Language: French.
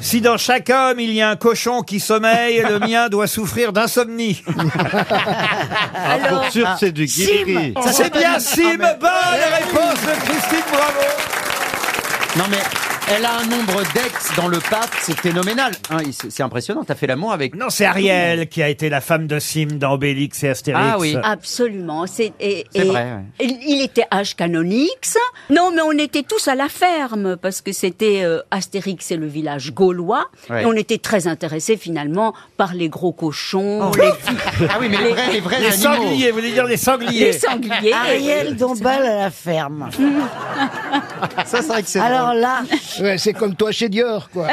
Si dans chaque homme il y a un cochon qui sommeille, le mien doit souffrir d'insomnie. Alors, pour sûr, c'est du Sim. guiri. Ça, C'est bien Sim. Bonne réponse de Christine Bravo. Non mais elle a un nombre d'ex dans le pape, c'est phénoménal. Hein, il- c'est c'est impressionnant, t'as fait l'amour avec... Non, c'est Ariel qui a été la femme de Sim dans Obélix et Astérix. Ah oui. Absolument. C'est et- C'est et- vrai, ouais. Il il était H Canonix. Non, mais on était tous à la ferme parce que c'était euh, Astérix et le village gaulois. Ouais. Et on était très intéressés finalement par les gros cochons, les, Ah oui, mais les vrais, les vrais Les animaux. sangliers, vous voulez dire les les sangliers sangliers. Ariel Dombal à la ferme. Ça, c'est vrai que c'est Alors drôle. là, Ouais, c'est comme toi chez Dior, quoi.